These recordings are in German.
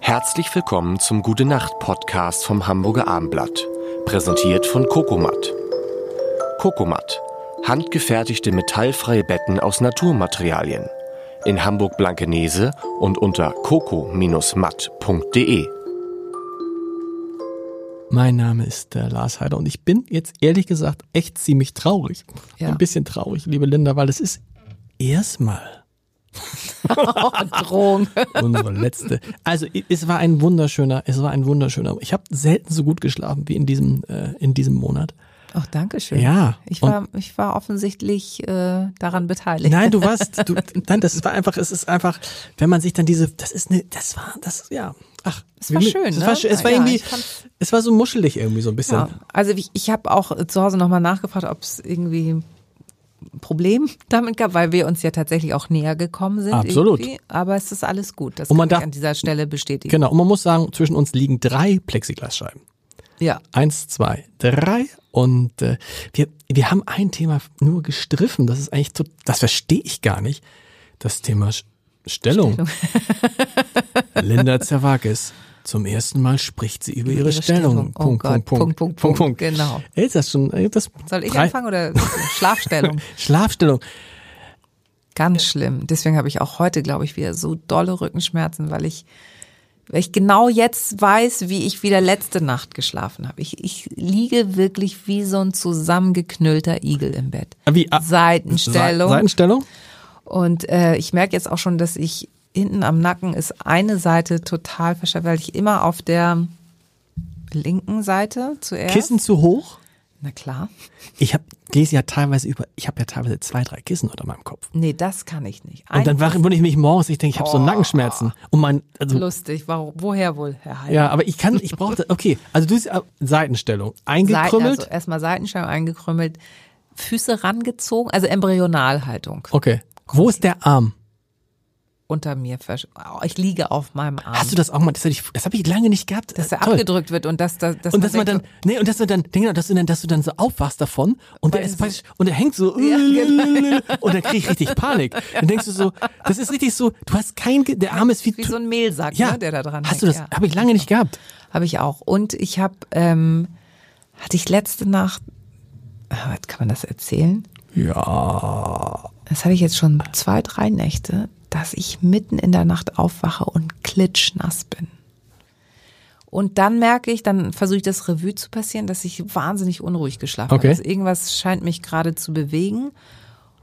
Herzlich willkommen zum Gute Nacht Podcast vom Hamburger Armblatt, präsentiert von Kokomat. Kokomat, handgefertigte metallfreie Betten aus Naturmaterialien. In Hamburg Blankenese und unter coco-matt.de. Mein Name ist äh, Lars Heider und ich bin jetzt ehrlich gesagt echt ziemlich traurig. Ja. Ein bisschen traurig, liebe Linda, weil es ist erstmal Drohung. unsere letzte. Also i- es war ein wunderschöner, es war ein wunderschöner. Ich habe selten so gut geschlafen wie in diesem äh, in diesem Monat. Ach, danke schön. Ja. Ich und- war, ich war offensichtlich äh, daran beteiligt. Nein, du warst, du, nein, das war einfach, es ist einfach, wenn man sich dann diese, das ist eine, das war, das, ja, ach. Es war wie- schön, es ne? War, schön, es war Ja, irgendwie, ich fand's- es war so muschelig irgendwie so ein bisschen. Ja, also ich, ich habe auch äh, zu Hause nochmal nachgefragt, ob es irgendwie ein Problem damit gab, weil wir uns ja tatsächlich auch näher gekommen sind. Absolut. irgendwie. Aber es ist alles gut. Das Und kann man darf- ich an dieser Stelle bestätigen. Genau, und man muss sagen, zwischen uns liegen drei Plexiglasscheiben. Ja. Eins, zwei, drei. Und äh, wir, wir haben ein Thema nur gestriffen. Das ist eigentlich, tot, das verstehe ich gar nicht. Das Thema Sch Stellung. Linda Zerwakis. Zum ersten Mal spricht sie über ihre, ihre Stellung. Stellung. Oh Gott. Punkt, Punkt, Punkt. Genau. Ey, Ist das schon, ey, das Soll ich drei- anfangen oder Schlafstellung? Schlafstellung. Ganz schlimm. Deswegen habe ich auch heute, glaube ich, wieder so dolle Rückenschmerzen, weil ich, weil ich genau jetzt weiß, wie ich wieder letzte Nacht geschlafen habe. Ich, ich liege wirklich wie so ein zusammengeknüllter Igel im Bett. Wie, ah, Seitenstellung. Se- Seitenstellung? Und äh, ich merke jetzt auch schon, dass ich hinten am Nacken ist eine Seite total verschärft, weil ich immer auf der linken Seite zuerst. Kissen zu hoch? Na klar. Ich hab, lese ja teilweise über, ich habe ja teilweise zwei, drei Kissen unter meinem Kopf. Nee, das kann ich nicht. Und dann Ein- wache- wundere ich mich morgens, ich denke, ich habe so Nackenschmerzen. Und mein, also, Lustig. Warum, woher wohl, Herr Heil? ja, aber ich kann, ich brauche, okay, also du siehst, äh, Seitenstellung, eingekrümmelt, Seiten, also erstmal Seitenstellung eingekrümmelt, Füße rangezogen, also Embryonalhaltung okay. Wo ist der Arm? unter mir. versch- Oh, Ich liege auf meinem Arm. Hast du das auch mal, das, hatte ich, das habe ich lange nicht gehabt. dass Äh, er toll. abgedrückt wird und dass, dass, dass Und dass man dann, denkt, nee, und dass man dann, genau, dass du dann, dass du dann so aufwachst davon und der Weil ist so- praktisch, und der hängt so, Ja, genau. und dann krieg ich richtig Panik. Dann denkst du so, das ist richtig so, du hast kein, Ge- der Arm ist wie, wie so ein Mehlsack, ja, ne, der da dran Hast du das, hängt, ja. habe ich lange nicht gehabt. Habe ich auch. Und ich habe, ähm, hatte ich letzte Nacht, ah, kann man das erzählen? Ja. Das hatte ich jetzt schon zwei, drei Nächte, dass ich mitten in der Nacht aufwache und klitschnass bin. Und dann merke ich, dann versuche ich das Revue zu passieren, dass ich wahnsinnig unruhig geschlafen Okay. habe. Also irgendwas scheint mich gerade zu bewegen.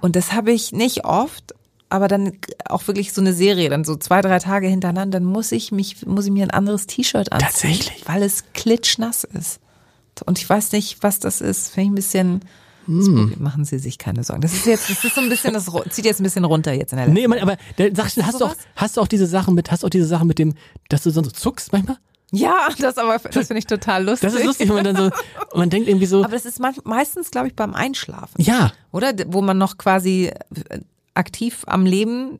Und das habe ich nicht oft, aber dann auch wirklich so eine Serie, dann so zwei, drei Tage hintereinander, dann muss ich mich, muss ich mir ein anderes T-Shirt anziehen. Tatsächlich? Weil es klitschnass ist. Und ich weiß nicht, was das ist. Finde ich ein bisschen. Hm. spooky. Machen Sie sich keine Sorgen. Das ist jetzt, das ist so ein bisschen, das ru- zieht jetzt ein bisschen runter jetzt in der letzten. Nee, man, aber der, sag, hast, du auch, sowas? hast du auch diese Sachen mit, hast du auch diese Sachen mit dem, dass du sonst so zuckst manchmal? Ja, das aber, das finde ich total lustig. Das ist lustig, wenn man dann so, man denkt irgendwie so, Aber das ist manch- meistens, glaube ich, beim Einschlafen. ja, Oder? D- Wo man noch quasi äh, aktiv am Leben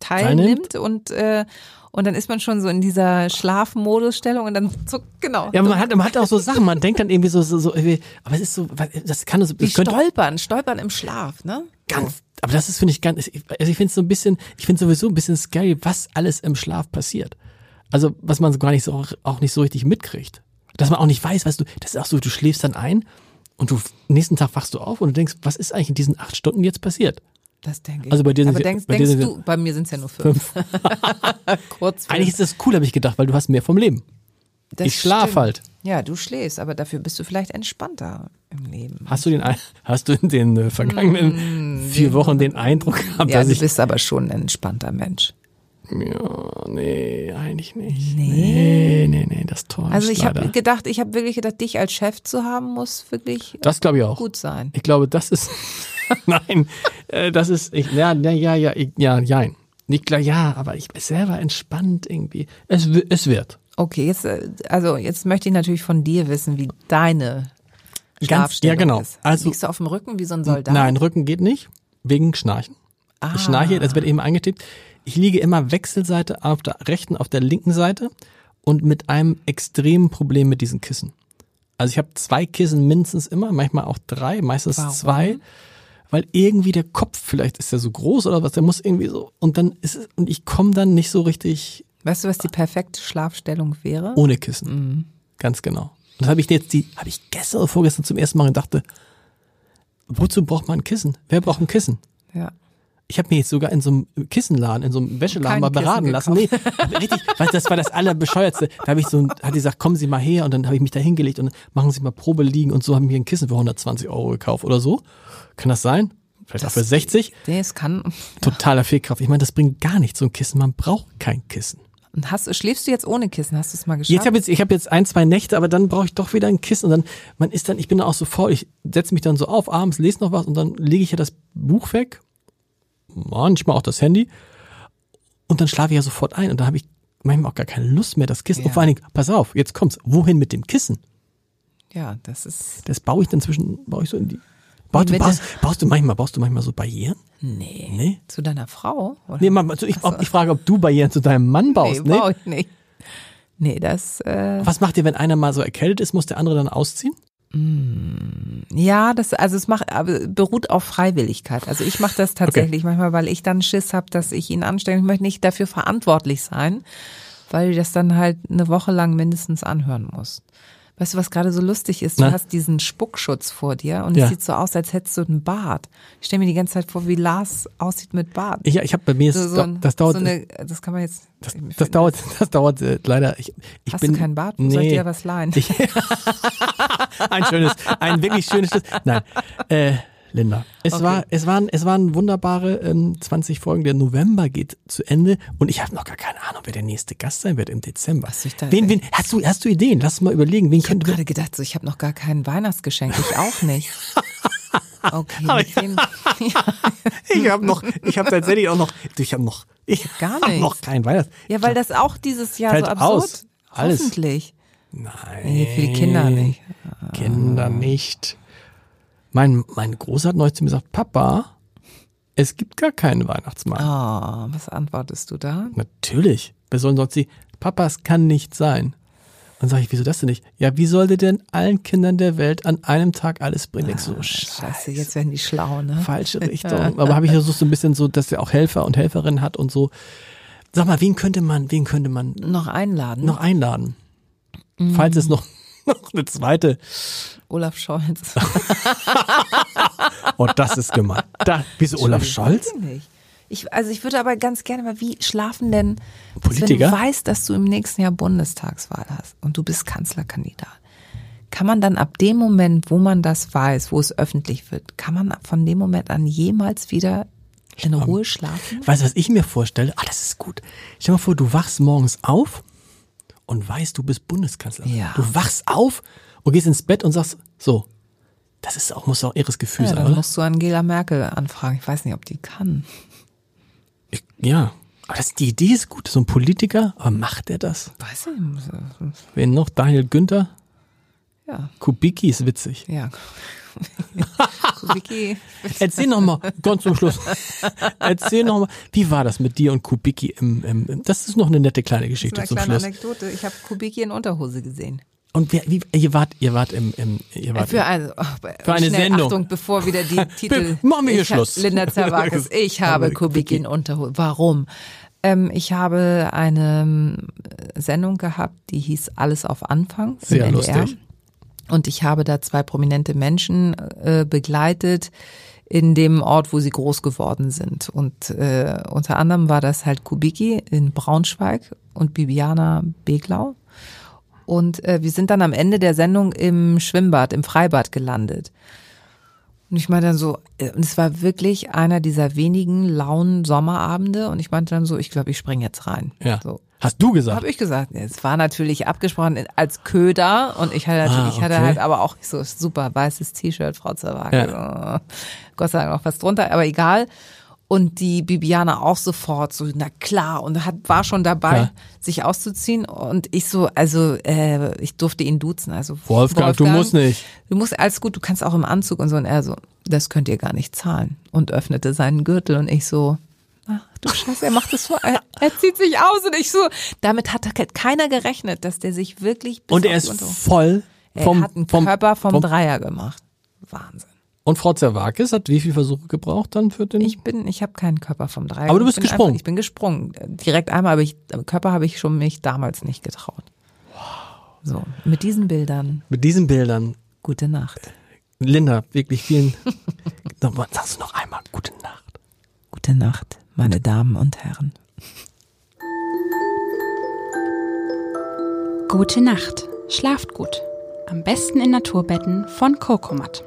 teilnimmt und, äh, und dann ist man schon so in dieser Schlafmodusstellung und dann zuckt, genau. ja, man hat, man hat auch so Sachen, man denkt dann irgendwie so, so, so irgendwie, aber es ist so, was- das kann, das Wie könnte stolpern, stolpern im Schlaf, ne? ganz, aber das ist, finde ich, ganz, ich- also ich finde es so ein bisschen, ich finde sowieso ein bisschen scary, was alles im Schlaf passiert. Also, was man so gar nicht so, auch nicht so richtig mitkriegt. Dass man auch nicht weiß, weißt du, das ist auch so, du schläfst dann ein und du, nächsten Tag wachst du auf und du denkst, was ist eigentlich in diesen acht Stunden jetzt passiert? Das denke ich. Also bei dir sind aber sie- denkst, bei dir denkst sind sie- du, bei mir sind es ja nur fünf. Kurz. Eigentlich ist das cool, habe ich gedacht, weil du hast mehr vom Leben. Das ich schlaf stimmt. halt. Ja, du schläfst, aber dafür bist du vielleicht entspannter im Leben. Hast du den, Ein- hast du in den äh, vergangenen vier Wochen den Eindruck gehabt, Ja, dass du ich, bist aber schon ein entspannter Mensch. ja, nee, eigentlich nicht. Nee, nee, nee, das Tor Also ich leider. habe gedacht, ich habe wirklich gedacht, dich als Chef zu haben, muss wirklich das glaube ich auch. gut sein. Ich glaube, das ist, nein, äh, das ist, ich, ja, ja, ja, ja, ich, ja, nein. Nicht klar, ja, aber ich bin selber entspannt irgendwie. Es, wi- es wird. Okay, jetzt, äh, also jetzt möchte ich natürlich von dir wissen, wie deine Ganz, Schlafstellung ja, genau. ist. Also, Liegst du auf dem Rücken wie so ein Soldat? Nein, Rücken geht nicht, wegen Schnarchen. Ich schnarche, das wird eben eingetippt. Ich liege immer Wechselseite auf der rechten, auf der linken Seite und mit einem extremen Problem mit diesen Kissen. Also ich habe zwei Kissen mindestens immer, manchmal auch drei, meistens Warum? zwei, weil irgendwie der Kopf vielleicht ist ja so groß oder was, der muss irgendwie so und dann ist es und ich komme dann nicht so richtig Weißt du, was die perfekte Schlafstellung wäre? Ohne Kissen. Ganz genau. Und das habe ich jetzt die, habe ich gestern oder vorgestern zum ersten Mal und dachte, wozu braucht man ein Kissen? Wer braucht ein Kissen? Ja. Ich habe mir jetzt sogar in so einem Kissenladen, in so einem Wäscheladen Kein mal beraten Kissen lassen. Nee, richtig, weil das war das allerbescheuertste. Da habe ich so, ein- hat die gesagt, kommen Sie mal her und dann habe ich mich da hingelegt und dann machen Sie mal Probe liegen und so haben wir ein Kissen für 120 Euro gekauft oder so. Kann das sein? Vielleicht auch für 60? Nee, es kann. Totaler Fehlkraft. Ich meine, das bringt gar nichts, so ein Kissen. Man braucht kein Kissen. Und hast, du- schläfst du jetzt ohne Kissen? Hast du es mal geschafft? Jetzt habe jetzt, ich habe jetzt ein, zwei Nächte, aber dann brauche ich doch wieder ein Kissen und dann, man ist dann, ich bin dann auch so faul, ich setze mich dann so auf, abends lese noch was und dann lege ich ja das Buch weg, manchmal auch das Handy und dann schlafe ich ja sofort ein und dann habe ich manchmal auch gar keine Lust mehr, das Kissen. Und Ja. vor allen Dingen, pass auf, jetzt kommt's, wohin mit dem Kissen? ja, das ist. Das baue ich dann zwischen, baue ich so in die, baust, du, Mitte. baust, baust du manchmal, baust du manchmal so Barrieren? Nee. Nee? Zu deiner Frau? Oder? Nee, mal, also ich, ob, ich frage, ob du Barrieren zu deinem Mann nee, baust, brauch ne? ich nicht. Nee, das. Äh, Was macht ihr, wenn einer mal so erkältet ist, muss der andere dann ausziehen? Ja, das also es macht aber beruht auf Freiwilligkeit. Also ich mache das tatsächlich manchmal, weil ich dann Schiss habe, dass ich ihn anstelle. Ich möchte nicht dafür verantwortlich sein, weil du das dann halt eine Woche lang mindestens anhören musst. Weißt du, was gerade so lustig ist? Du Na? hast diesen Spuckschutz vor dir und Ja. es sieht so aus, als hättest du einen Bart. Ich stelle mir die ganze Zeit vor, wie Lars aussieht mit Bart. Ich, ich habe bei mir, so, ist, so ein, das dauert, so eine, das kann man jetzt. Das, das dauert, das dauert äh, leider. Ich, ich Hast bin, du keinen Bart? Wo Nee, Soll ich dir was leihen? Ich- ein schönes, ein wirklich schönes. Nein, äh, Linda, es Okay. war, es waren, es waren wunderbare ähm, 20 Folgen. Der November geht zu Ende und ich habe noch gar keine Ahnung, wer der nächste Gast sein wird im Dezember. Was soll ich da- wen, wen, hast du, hast du Ideen? Lass uns mal überlegen, wen Ich habe könnte gerade gedacht, so, ich habe noch gar kein Weihnachtsgeschenk. Ich auch nicht. Okay, Aber mit wem- ich habe noch, ich habe tatsächlich auch noch, ich habe noch, ich Gar hab nichts. noch kein Weihnachts. ja, weil das auch dieses Jahr Fällt so absurd. aus. Alles. Hoffentlich. Nein. Nee, für die Kinder nicht. Kinder nicht. Mein, mein Großer hat neulich zu mir gesagt, Papa, es gibt gar keinen Weihnachtsmann. Oh, was antwortest du da? Natürlich. Wer soll sonst sie? Papa, es kann nicht sein. Dann sage ich, wieso das denn nicht? Ja, wie sollte denn allen Kindern der Welt an einem Tag alles bringen? Ich so, Scheiße, scheiße, jetzt werden die schlau, ne? falsche Richtung. Aber habe ich versucht so ein bisschen so, dass er auch Helfer und Helferinnen hat und so. Sag mal, wen könnte man, wen könnte man Noch einladen. noch einladen? Falls es noch, noch eine zweite Olaf Scholz. Oh, das ist gemein. Da, wieso Olaf Scholz? Nicht. Ich, also ich würde aber ganz gerne mal, wie schlafen denn dass Politiker? Wenn du weißt, dass du im nächsten Jahr Bundestagswahl hast und du bist Kanzlerkandidat, kann man dann ab dem Moment, wo man das weiß, wo es öffentlich wird, kann man ab von dem Moment an jemals wieder in Ruhe schlafen? Weißt du, was ich mir vorstelle? Ah, das ist gut. Stell dir mal vor, du wachst morgens auf und weißt, du bist Bundeskanzlerin. Ja. Du wachst auf und gehst ins Bett und sagst, so, das ist auch, muss auch irres Gefühl Ja, sein, dann oder? musst du Angela Merkel anfragen. Ich weiß nicht, ob die kann. Ich, ja. Aber das, die Idee ist gut, so ein Politiker, aber macht er das? Weiß ich nicht. Wen noch? Daniel Günther? Ja, Kubicki ist witzig. ja. Kubicki. Erzähl noch mal, ganz zum Schluss. Erzähl noch mal, wie war das mit dir und Kubicki im, im, im Das ist noch eine nette kleine Geschichte Das ist zum eine kleine Schluss. Anekdote. Ich habe Kubicki in Unterhose gesehen. Und wer, wie, ihr wart, ihr wart im, im ihr wart Für eine, oh, Für eine schnell, Sendung. Achtung, bevor wieder die Titel. Machen wir hier ich hab- Schluss. Linda Zerwakis, ich habe Kubicki in Unterhose. Warum? Ähm, ich habe eine äh, Sendung gehabt, die hieß Alles auf Anfang. im Sehr NDR. lustig. Und ich habe da zwei prominente Menschen äh, begleitet in dem Ort, wo sie groß geworden sind. Und äh, unter anderem war das halt Kubicki in Braunschweig und Bibiana Beglau. Und äh, wir sind dann am Ende der Sendung im Schwimmbad, im Freibad gelandet. Und ich meinte dann so, äh, und es war wirklich einer dieser wenigen lauen Sommerabende. Und ich meinte dann so, ich glaube, ich spring jetzt rein. ja. So. Hast du gesagt? Habe ich gesagt. Es war natürlich abgesprochen in- als Köder und ich hatte, natürlich, Ah, ich hatte okay. halt aber auch so super weißes T-Shirt, Frau Zerwake. Ja. Gott sei Dank auch was drunter, aber egal. Und die Bibiana auch sofort so, na klar, und hat, war schon dabei, Ja. sich auszuziehen. Und ich so, also äh, ich durfte ihn duzen. Also Wolfgang, du musst nicht. Du musst alles gut, du kannst auch im Anzug und so. Und er so, das könnt ihr gar nicht zahlen. Und öffnete seinen Gürtel und ich so, ach du Scheiße, er macht das vor, er, er zieht sich aus und ich so, damit hat ke- keiner gerechnet, dass der sich wirklich bis Und auf er die ist Unterhose- voll er vom, hat einen vom, Körper vom, vom Dreier gemacht. Wahnsinn. Und Frau Zerwakis hat wie viele Versuche gebraucht dann für den? Ich bin, ich habe keinen Körper vom Dreieck. Aber du bist ich bin gesprungen. Einfach, ich bin gesprungen. Direkt einmal, aber ich, am Körper habe ich schon mich damals nicht getraut. So, mit diesen Bildern, mit diesen Bildern. gute Nacht. Linda, wirklich vielen. Nochmal, sagst du noch einmal gute Nacht. Gute Nacht, meine Damen und Herren. Gute Nacht. Schlaft gut. Am besten in Naturbetten von Kokomat.